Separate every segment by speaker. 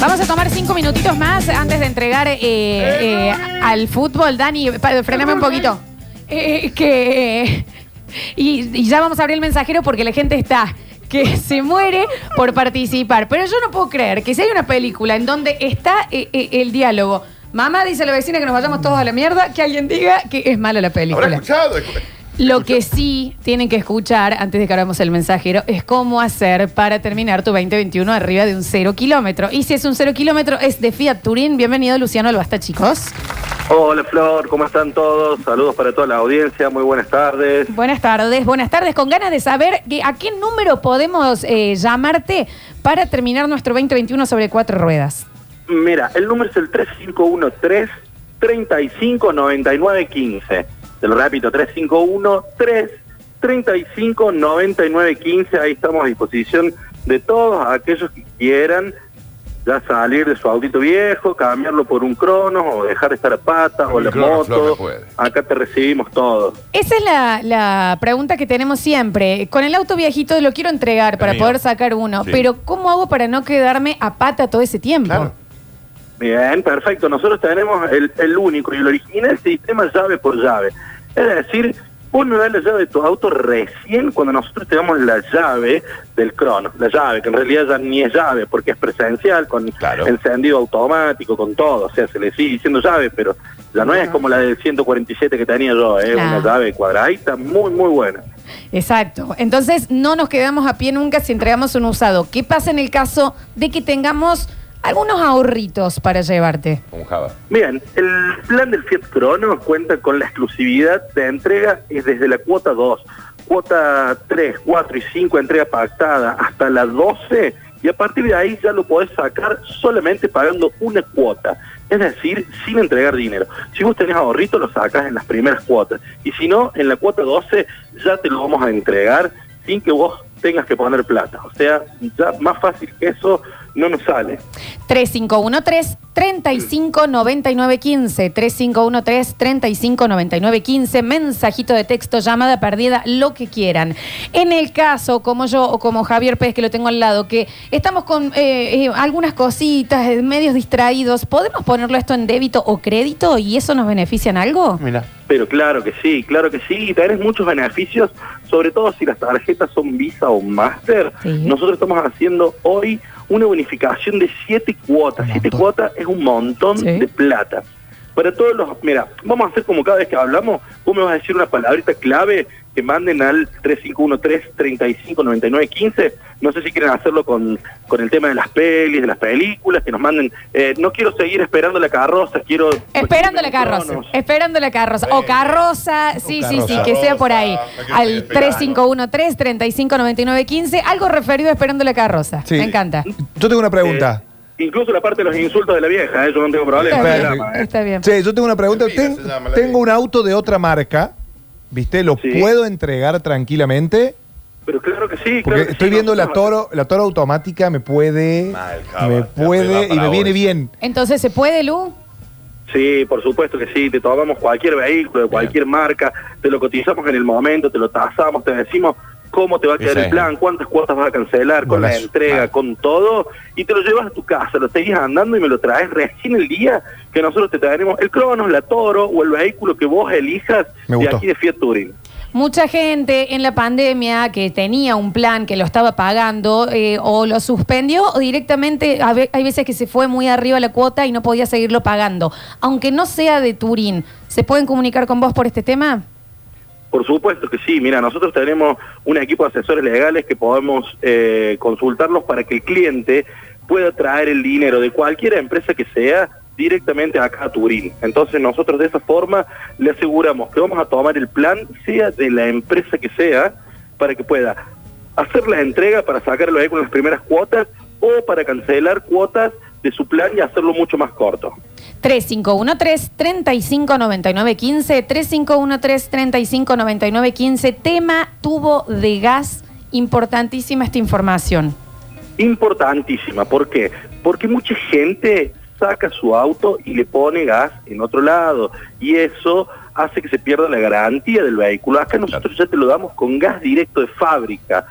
Speaker 1: Vamos a tomar cinco minutitos más antes de entregar eh, eh, al fútbol. Dani, pa- frename un poquito. Eh, que, y, y ya vamos a abrir el mensajero porque la gente está que se muere por participar. Pero yo no puedo creer que si hay una película en donde está eh, eh, el diálogo, mamá dice a la vecina que nos vayamos todos a la mierda, que alguien diga que es mala la película.
Speaker 2: Habrá escuchado. Escu-
Speaker 1: Lo que sí tienen que escuchar antes de que abramos el mensajero es cómo hacer para terminar tu 2021 arriba de un cero kilómetro. Y si es un cero kilómetro, es de Fiat Turín. Bienvenido, Luciano Albasta, chicos.
Speaker 3: Hola Flor, ¿cómo están todos? Saludos para toda la audiencia, muy buenas tardes.
Speaker 1: Buenas tardes, buenas tardes. Con ganas de saber que- a qué número podemos eh, llamarte para terminar nuestro 2021 sobre cuatro ruedas.
Speaker 3: Mira, el número es el 3513-359915. Te lo repito, 351-335-9915. Ahí estamos a disposición de todos aquellos que quieran ya salir de su autito viejo, cambiarlo por un crono o dejar estar a pata o
Speaker 2: El
Speaker 3: la
Speaker 2: Cronos, Flor, no
Speaker 3: moto.
Speaker 2: puede.
Speaker 3: Acá te recibimos todos.
Speaker 1: Esa es la, la pregunta que tenemos siempre. Con el auto viejito lo quiero entregar para
Speaker 2: mío.
Speaker 1: poder sacar uno,
Speaker 2: Sí.
Speaker 1: pero ¿cómo hago para no quedarme a pata todo ese tiempo?
Speaker 2: Claro.
Speaker 3: Bien, perfecto. Nosotros tenemos el, el único y el original sistema llave por llave. Es decir, vos nos das la llave de tu auto recién cuando nosotros tengamos la llave del crono. La llave, que en realidad ya ni es llave porque es presencial, con
Speaker 2: Claro.
Speaker 3: encendido automático, con todo. O sea, se le sigue diciendo llave, pero ya no es como la del 147 que tenía yo, ¿eh?
Speaker 1: Claro.
Speaker 3: una llave cuadradita muy, muy buena.
Speaker 1: Exacto. Entonces no nos quedamos a pie nunca si entregamos un usado. ¿Qué pasa en el caso de que tengamos algunos ahorritos para llevarte?
Speaker 2: Un Java.
Speaker 3: Bien, el plan del Fiat Crono cuenta con la exclusividad de entrega es desde la cuota 2, cuota 3, 4 y 5 entrega pactada hasta la 12 y a partir de ahí ya lo podés sacar solamente pagando una cuota, es decir, sin entregar dinero. Si vos tenés ahorrito lo sacás en las primeras cuotas y si no, en la cuota 12 ya te lo vamos a entregar sin que vos tengas que poner plata. O sea, ya más fácil que eso no nos sale.
Speaker 1: 3513-359915. 3513-359915. Mensajito de texto, llamada perdida, lo que quieran. En el caso, como yo o como Javier Pérez, que lo tengo al lado, que estamos con eh, eh, algunas cositas, eh, medios distraídos, ¿podemos ponerlo esto en débito o crédito y eso nos beneficia en algo?
Speaker 2: Mira.
Speaker 3: Pero claro que sí, claro que sí, y tenés muchos beneficios, sobre todo si las tarjetas son Visa o Master.
Speaker 1: Sí.
Speaker 3: Nosotros estamos haciendo hoy una bonificación de siete cuotas.
Speaker 1: Un
Speaker 3: Siete
Speaker 1: montón.
Speaker 3: cuotas es un montón
Speaker 1: Sí.
Speaker 3: de plata. Para todos los, mira, vamos a hacer como cada vez que hablamos, vos me vas a decir una palabrita clave que manden al 3513-359915. No sé si quieren hacerlo con, con el tema de las pelis, de las películas, que nos manden. eh, no quiero seguir esperando la carroza, quiero...
Speaker 1: Esperando la carroza.
Speaker 3: Cronos.
Speaker 1: Esperando la carroza. O carroza, sí, sí, sí,
Speaker 2: carroza.
Speaker 1: que sea por ahí.
Speaker 2: Carroza, que
Speaker 1: Al
Speaker 2: sea, claro.
Speaker 1: 3513-359915. Algo referido a esperando la carroza.
Speaker 4: Sí.
Speaker 1: Me encanta.
Speaker 4: Yo tengo una pregunta.
Speaker 3: Eh, incluso la parte de los insultos de la vieja, ¿eh? yo no tengo problema.
Speaker 1: Está
Speaker 4: Espera.
Speaker 3: No,
Speaker 1: bien.
Speaker 3: no, eh.
Speaker 1: Está bien.
Speaker 4: Sí, yo tengo una pregunta.
Speaker 2: Pepita
Speaker 4: Ten-
Speaker 2: se llama la
Speaker 4: tengo
Speaker 2: vieja.
Speaker 4: un auto de otra marca, ¿viste? ¿Lo
Speaker 3: Sí.
Speaker 4: puedo entregar tranquilamente?
Speaker 3: Pero claro que sí.
Speaker 4: Porque
Speaker 3: claro que
Speaker 4: estoy
Speaker 3: sí,
Speaker 4: viendo
Speaker 3: no,
Speaker 4: la
Speaker 3: no,
Speaker 4: Toro, la Toro automática me puede,
Speaker 2: Mal, Java,
Speaker 4: me
Speaker 2: ya te va
Speaker 4: puede
Speaker 2: para
Speaker 4: y me viene
Speaker 2: hoy.
Speaker 4: bien.
Speaker 1: Entonces, ¿se puede, Lu?
Speaker 3: Sí, por supuesto que sí. Te tomamos cualquier vehículo, de cualquier marca, te lo cotizamos en el momento, te lo tasamos, te decimos cómo te va a quedar
Speaker 2: Esa
Speaker 3: el
Speaker 2: es.
Speaker 3: plan, cuántas cuotas vas a cancelar, con la
Speaker 4: Golazo.
Speaker 3: entrega,
Speaker 2: Mal.
Speaker 3: con todo, y te lo llevas a tu casa, lo seguís andando y me lo traes recién el día que nosotros te traeremos el Cronos, la Toro o el vehículo que vos elijas de
Speaker 4: Me gustó.
Speaker 3: aquí de Fiat Touring.
Speaker 1: Mucha gente en la pandemia que tenía un plan que lo estaba pagando eh, o lo suspendió o directamente a ve- hay veces que se fue muy arriba la cuota y no podía seguirlo pagando. Aunque no sea de Turín, ¿se pueden comunicar con vos por este tema?
Speaker 3: Por supuesto que sí, mira, nosotros tenemos un equipo de asesores legales que podemos eh, consultarlos para que el cliente pueda traer el dinero de cualquier empresa que sea directamente acá a Turín. Entonces nosotros de esa forma le aseguramos que vamos a tomar el plan, sea de la empresa que sea, para que pueda hacer la entrega para sacar el vehículo en las primeras cuotas o para cancelar cuotas de su plan y hacerlo mucho más corto.
Speaker 1: 3513-359915, 3513-359915, tema tubo de gas, importantísima esta información.
Speaker 3: importantísima. ¿Por qué? Porque mucha gente saca su auto y le pone gas en otro lado y eso hace que se pierda la garantía del vehículo. Acá nosotros ya te lo damos con gas directo de fábrica.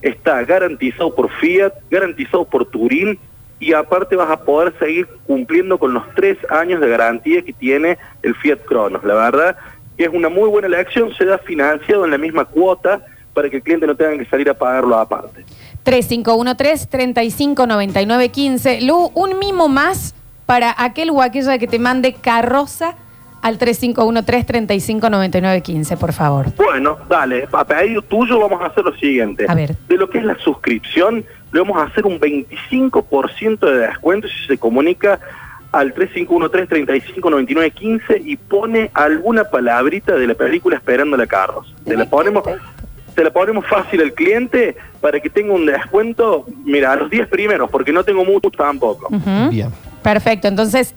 Speaker 3: Está garantizado por Fiat, garantizado por Turín y aparte vas a poder seguir cumpliendo con los tres años de garantía que tiene el Fiat Cronos. La verdad que es una muy buena elección, se da financiado en la misma cuota para que el cliente no tenga que salir a pagarlo aparte.
Speaker 1: 3513-359915. Lu, un mimo más para aquel o aquella que te mande carroza al 3513-359915, por favor.
Speaker 3: Bueno, dale, a pedido tuyo vamos a hacer lo siguiente.
Speaker 1: A ver.
Speaker 3: De lo que es la suscripción, le vamos a hacer un 25% de descuento si se comunica al 3513-359915 y pone alguna palabrita de la película Esperando la Carros. Te la ponemos... Te la ponemos fácil al cliente para que tenga un descuento, mira, a los 10 primeros, porque no tengo mucho tampoco.
Speaker 1: Ujú.
Speaker 4: Bien.
Speaker 1: Perfecto, entonces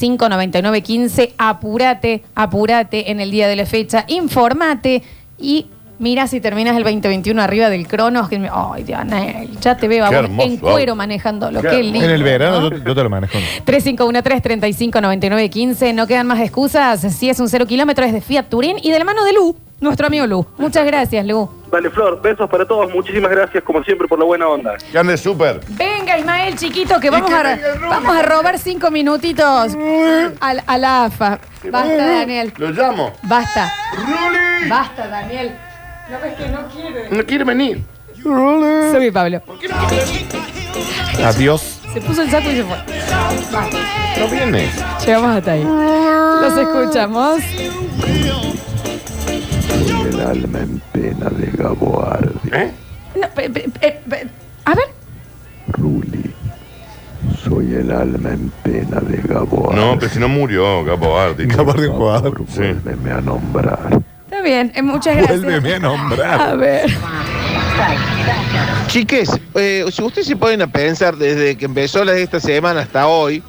Speaker 1: 3513-359915, apúrate, apúrate en el día de la fecha, informate y mira si terminas el 2021 arriba del Cronos. que- Ay, Diana, ya te veo a
Speaker 2: Qué
Speaker 1: vos
Speaker 2: hermoso
Speaker 1: en cuero
Speaker 2: auto.
Speaker 1: manejándolo,
Speaker 3: Qué
Speaker 1: qué
Speaker 3: hermoso.
Speaker 1: lindo.
Speaker 4: En el verano
Speaker 1: ¿no?
Speaker 4: yo, yo te lo manejo.
Speaker 1: 3513-359915. No quedan más excusas. Si es un cero kilómetro, es de Fiat Turín y de la mano de Lu, nuestro amigo Lu. Muchas gracias, Lu.
Speaker 3: Dale, Flor, besos para todos, muchísimas gracias como siempre por la buena onda.
Speaker 2: Que ande súper.
Speaker 1: Venga, Ismael, chiquito, que vamos,
Speaker 2: que
Speaker 1: a,
Speaker 2: venga el Rubio.
Speaker 1: vamos a robar cinco minutitos al- a, la AFA. Basta, Daniel.
Speaker 2: Lo llamo.
Speaker 1: Basta.
Speaker 2: ¡Ruli!
Speaker 1: Basta, Daniel. No ves que no quiere.
Speaker 2: No quiere venir.
Speaker 1: Subí, Pablo.
Speaker 4: Adiós.
Speaker 1: Se puso el saco y se fue. Basta.
Speaker 2: No viene.
Speaker 1: Llegamos hasta ahí. Los escuchamos.
Speaker 5: El alma en pena de Gaboardi,
Speaker 2: ¿Eh?
Speaker 1: No, pe- pe- pe- pe- a ver.
Speaker 5: Ruli. Soy el alma en pena de Gaboardi.
Speaker 2: No, pero si no murió, Capo Ardi.
Speaker 4: Capaz de
Speaker 5: Por favor,
Speaker 4: jugador.
Speaker 2: Sí.
Speaker 5: Vuélveme a nombrar.
Speaker 1: Está bien. eh, Muchas gracias.
Speaker 4: Vuélveme a nombrar.
Speaker 1: A ver.
Speaker 6: Chiques, eh, si ustedes se ponen a pensar desde que empezó la de esta semana hasta hoy,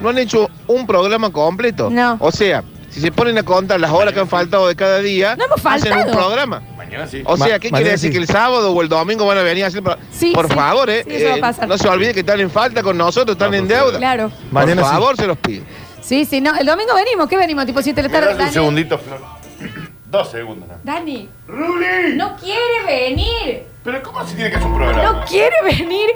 Speaker 6: no han hecho un programa completo.
Speaker 1: No.
Speaker 6: O sea, si se ponen a contar las horas que han faltado de cada día,
Speaker 1: No hemos
Speaker 6: hacen
Speaker 1: faltado.
Speaker 6: un programa.
Speaker 2: Mañana sí.
Speaker 6: O
Speaker 4: Ma-
Speaker 6: sea, ¿qué quiere
Speaker 4: mañana
Speaker 6: decir?
Speaker 4: sí.
Speaker 6: Que el sábado o el domingo van a venir a hacer... pro-
Speaker 1: Sí,
Speaker 6: Por
Speaker 1: sí.
Speaker 6: favor, eh,
Speaker 1: Sí, eso va a
Speaker 6: eh,
Speaker 1: pasar.
Speaker 6: no se olviden que están en falta con nosotros, están
Speaker 2: No,
Speaker 6: en
Speaker 2: no,
Speaker 6: deuda.
Speaker 1: Claro.
Speaker 6: Por
Speaker 4: Ah, Mañana sí.
Speaker 6: favor, se los pido.
Speaker 1: Sí, sí, no. El domingo venimos. ¿Qué venimos? Tipo 7 de
Speaker 2: Me
Speaker 1: la tarde.
Speaker 2: das un
Speaker 1: Dani.
Speaker 2: segundito, Flor. Dos segundos. nada.
Speaker 1: Dani,
Speaker 2: ¡Ruli!
Speaker 1: no quiere venir.
Speaker 2: ¿Pero cómo se tiene que hacer un programa?
Speaker 1: No quiere venir.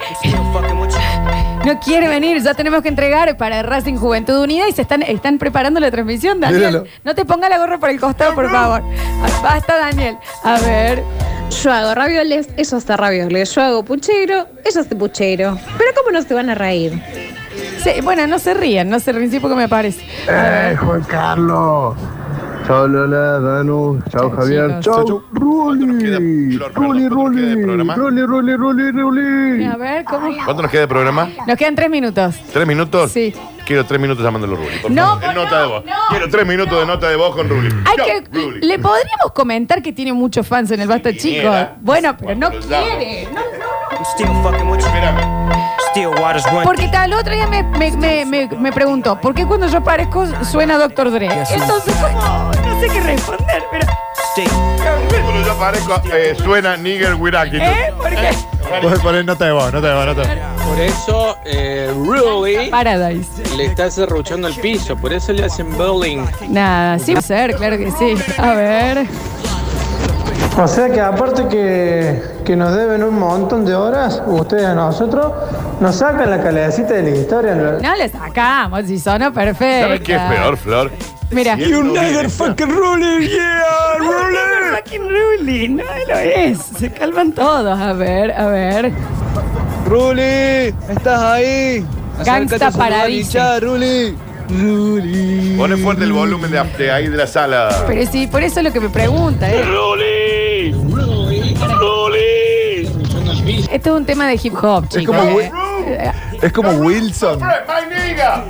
Speaker 1: No quiere venir. Ya tenemos que entregar para Racing Juventud Unida y se están, están preparando la transmisión, Daniel.
Speaker 4: Míralo.
Speaker 1: No te ponga la gorra por el costado, por favor. Ah, Basta, Daniel. A ver.
Speaker 7: Yo hago ravioles, ellos hacen ravioles. Yo hago puchero, ellos hacen puchero. Pero ¿cómo no se van a reír?
Speaker 1: Sí, bueno, no se rían, no se ríen, sí, porque me parece.
Speaker 5: ¡Eh, Juan Carlos! Chao Lola, Danu, chao
Speaker 1: Chao,
Speaker 5: Javier,
Speaker 1: chicos.
Speaker 4: Chau,
Speaker 5: chao
Speaker 4: chau.
Speaker 5: Ruli,
Speaker 2: nos queda,
Speaker 5: Ruli,
Speaker 2: Flor, perdón, cuánto
Speaker 5: Ruli,
Speaker 2: nos queda de programa?
Speaker 5: Ruli, Ruli, Ruli, Ruli.
Speaker 1: A ver, ¿cómo?
Speaker 2: ¿Cuánto nos queda de programa?
Speaker 1: Nos quedan tres minutos.
Speaker 2: ¿Tres minutos?
Speaker 1: Sí.
Speaker 2: Quiero tres minutos llamándolo Ruli. por
Speaker 1: No,
Speaker 2: favor.
Speaker 1: por
Speaker 2: En nota
Speaker 1: no,
Speaker 2: de voz.
Speaker 1: no,
Speaker 2: Quiero tres minutos de nota de voz con Ruli.
Speaker 1: Hay
Speaker 2: Yo,
Speaker 1: que,
Speaker 2: Ruli.
Speaker 1: le podríamos comentar que tiene muchos fans en el Basta Chicos.
Speaker 2: viniera,
Speaker 1: Bueno, pero no
Speaker 2: cuando lo llamo.
Speaker 1: quiere. No, no, no.
Speaker 8: I'm still fucking with you.
Speaker 2: Espérame.
Speaker 8: Still waters one.
Speaker 1: Porque tal otro día me, me, me, me- me preguntó, ¿por qué cuando yo aparezco suena Doctor Dre? Entonces, como, no sé qué responder, pero.
Speaker 8: Still.
Speaker 2: Cuando yo aparezco, eh, suena Nigel Wiraki.
Speaker 1: ¿Eh? ¿Por qué?
Speaker 4: Puedes poner nota de voz, nota de voz, nota de voz.
Speaker 9: Por eso eh, Rully
Speaker 1: Paradise.
Speaker 9: le está cerruchando el piso, por eso le hacen bowling.
Speaker 1: Nada, sí va a ser, claro que sí. A ver.
Speaker 10: O sea que aparte que, que nos deben un montón de horas, ustedes a nosotros, nos sacan la calecita de la historia. ¿no?
Speaker 1: No le sacamos, si sonó perfecto.
Speaker 2: ¿Sabes qué es peor, Flor?
Speaker 1: Mira.
Speaker 2: Si él no viene,
Speaker 9: Rully, yeah,
Speaker 1: Fucking Rulli, no lo es. Se calman todos. A ver, a ver.
Speaker 9: Rully, estás ahí.
Speaker 1: Acércate a saludar, Paradise. hinchada,
Speaker 9: Rully. Rully.
Speaker 2: Pone fuerte el volumen de, de ahí de la sala.
Speaker 1: Pero sí, por eso es lo que me pregunta, ¿eh? Esto es un tema de hip hop, chicos.
Speaker 4: como
Speaker 1: eh.
Speaker 2: Ru-
Speaker 1: Eh,
Speaker 4: Es como Wilson.
Speaker 2: Fred, my nigga.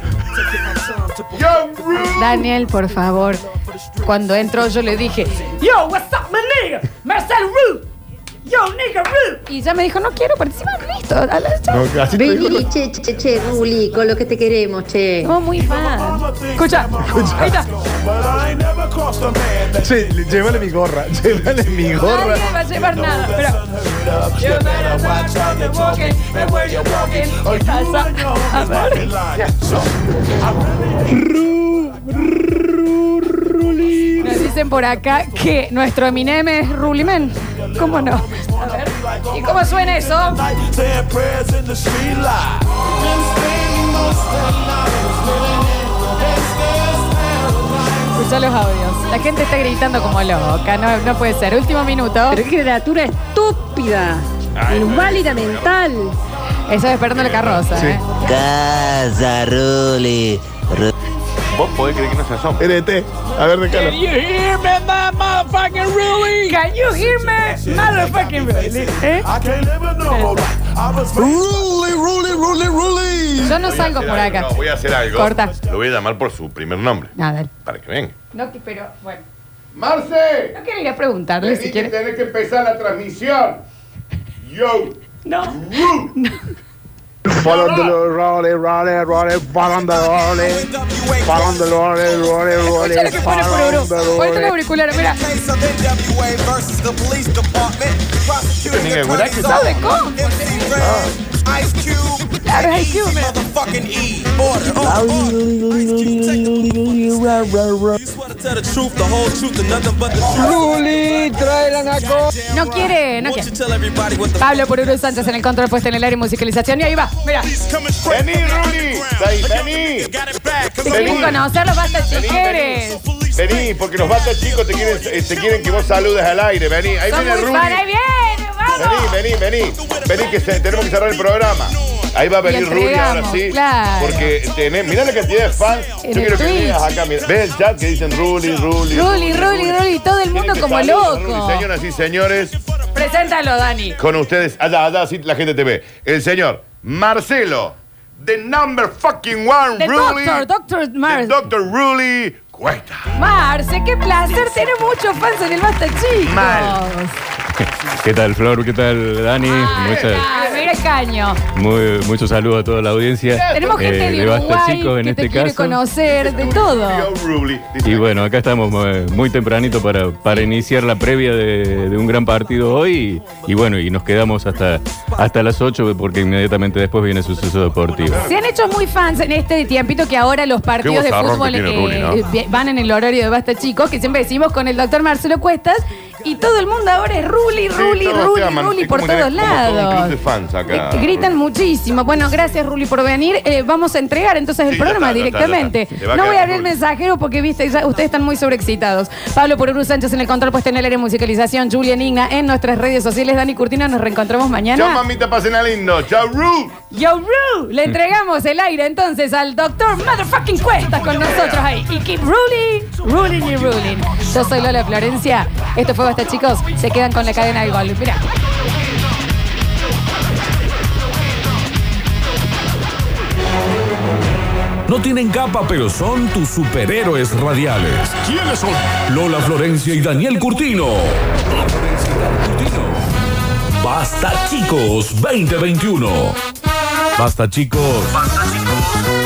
Speaker 2: Young Ruli.
Speaker 1: Daniel, por favor. Cuando entró yo le dije, Yo, what's up, my nigga? Marcel Ru. Yo, nigga Ru. Y ya me dijo, no quiero participar, listo. A la-
Speaker 4: No, así te digo.
Speaker 11: che, che, che, Ruli, con lo que te queremos, che.
Speaker 7: Oh,
Speaker 1: Somos muy fan. Escucha, ahí está.
Speaker 4: Che, le- llévale mi gorra, llévale mi gorra.
Speaker 1: Nadie va a llevar nada. Pero... ¿Qué pasa? A ver. Nos dicen por acá que nuestro Eminem es Ruliman. ¿Cómo no? A ver. ¿Y cómo suena eso? Escuchá los audios. La gente está gritando como loca, no, no puede ser. Último minuto.
Speaker 7: Pero qué criatura estúpida.
Speaker 1: Ay,
Speaker 7: Inválida mental.
Speaker 1: Eso es esperando la carroza, ¿eh?
Speaker 12: Casa, Ruli.
Speaker 13: Vos podés creer que no se asoma.
Speaker 14: RT. A ver,
Speaker 5: Can
Speaker 14: déjalo.
Speaker 5: you hear me, my motherfucking really? Can you hear me, motherfucking really?
Speaker 2: Eh?
Speaker 5: I can't live with no more life. I was really, really, really, really.
Speaker 1: Yo no
Speaker 2: Voy a
Speaker 1: salgo
Speaker 2: hacer
Speaker 1: por
Speaker 2: algo,
Speaker 1: acá.
Speaker 2: No, voy a hacer algo.
Speaker 1: Corta.
Speaker 2: Lo voy a llamar por su primer nombre.
Speaker 1: Nada.
Speaker 2: Para que venga.
Speaker 1: No, que- pero bueno.
Speaker 15: Marce,
Speaker 1: No quiero ir a preguntarle
Speaker 15: tenés
Speaker 1: si
Speaker 15: que,
Speaker 1: quiere.
Speaker 15: tenés que empezar la transmisión. Yo.
Speaker 1: No.
Speaker 9: Parando los roles, roles, roles, parando los roles. Parando los roles, roles, roles.
Speaker 5: Escucha lo que pone por
Speaker 9: parando
Speaker 5: Europa.
Speaker 9: los
Speaker 5: Ponete los
Speaker 9: roles.
Speaker 1: auriculares, mira.
Speaker 5: Tenía que jurar que
Speaker 1: ¿Sabe cómo?
Speaker 5: Claro, es IQ, mira.
Speaker 9: Luli, trae la naco.
Speaker 1: No quiere, no quiere. Pablo por Uru Sánchez en el control puesto en el aire y musicalización. Y ahí va, mira.
Speaker 5: Vení, Ruli. Vení.
Speaker 1: Si quieren conocerlos, basta chiqueres.
Speaker 2: Vení, porque los batas chicos te quieren, eh, te quieren que vos saludes al aire. Vení, ahí
Speaker 1: Son
Speaker 2: viene
Speaker 1: muy
Speaker 2: Ruli.
Speaker 1: fan, ahí viene, vamos.
Speaker 2: Vení, vení, vení. Vení que se- tenemos que cerrar el programa. Ahí va a
Speaker 1: Y
Speaker 2: venir Ruli ahora
Speaker 1: entregamos,
Speaker 2: sí.
Speaker 1: claro.
Speaker 2: Porque tenés, mirá la cantidad de fans.
Speaker 1: En
Speaker 2: Yo
Speaker 1: el
Speaker 2: quiero que
Speaker 1: Twitch.
Speaker 2: veas acá. Mirá. Ve el chat que dicen Ruli, Ruli.
Speaker 1: Ruli, Ruli, Ruli, todo el mundo como
Speaker 2: Saludos, Ruli.
Speaker 1: loco.
Speaker 2: Señoras y señores,
Speaker 1: Preséntalo, Dani.
Speaker 2: con ustedes, allá, allá, así la gente te ve. El señor Marcelo, the number fucking one,
Speaker 1: The
Speaker 2: Ruli.
Speaker 1: Doctor, Doctor Mars.
Speaker 2: Doctor Ruli Cuesta.
Speaker 1: Marce, qué placer tener muchos fans en el Basta Chicos.
Speaker 2: Mal.
Speaker 4: ¿Qué tal, Flor? ¿Qué tal, Dani? Muchas-
Speaker 1: Ah, mira el caño.
Speaker 4: muy- muchos saludos a toda la audiencia.
Speaker 1: Tenemos gente
Speaker 4: Eh,
Speaker 1: de
Speaker 4: le basta,
Speaker 1: Uruguay
Speaker 4: chicos, en
Speaker 1: que
Speaker 4: este
Speaker 1: te quiere
Speaker 4: caso.
Speaker 1: conocer, de todo.
Speaker 4: Y bueno, acá estamos eh, muy tempranito para, para iniciar la previa de, de un gran partido hoy. Y, y bueno, y nos quedamos hasta, hasta las 8 porque inmediatamente después viene suceso deportivo.
Speaker 1: Se han hecho muy fans en este tiempito que ahora los partidos de
Speaker 4: bozarrón
Speaker 1: fútbol
Speaker 4: que tiene
Speaker 1: eh,
Speaker 4: Ruli, ¿no?
Speaker 1: eh, vi- van en el horario de Basta Chicos, que siempre decimos con el doctor Marcelo Cuestas, y todo el mundo ahora es Ruli, Ruli,
Speaker 2: todos
Speaker 1: Ruli,
Speaker 2: te aman.
Speaker 1: Ruli
Speaker 2: Es
Speaker 1: por
Speaker 2: como tener-
Speaker 1: todos
Speaker 2: como todo un club de
Speaker 1: lados.
Speaker 2: fans acá.
Speaker 1: Eh, Gritan muchísimo. Bueno, gracias Ruli por venir. Eh, vamos a entregar entonces el
Speaker 2: Sí, ya
Speaker 1: programa
Speaker 2: está, ya está,
Speaker 1: directamente.
Speaker 2: ya está. Te va a
Speaker 1: No voy a
Speaker 2: quedar
Speaker 1: abrir el
Speaker 2: Ruli.
Speaker 1: mensajero porque viste, ya ustedes están muy sobreexcitados. Pablo Poruru Sánchez en el control puesto en el área de musicalización, Julian Igna en nuestras redes sociales, Dani Curtino, nos reencontramos mañana.
Speaker 2: Chao, mamita, pasen a lindo. Chao, Ru.
Speaker 1: Yo, Ru, le entregamos el aire entonces al doctor Motherfucking Cuesta con nosotros ahí. Y keep ruling, ruling y ruling. Yo soy Lola Florencia. Esto fue Basta, chicos. Se quedan con la cadena del gol. Mirá.
Speaker 16: No tienen capa, pero son tus superhéroes radiales. ¿Quiénes son? Lola Florencia y Daniel Curtino. Basta, chicos, 2021. Basta, chicos. Basta, chicos.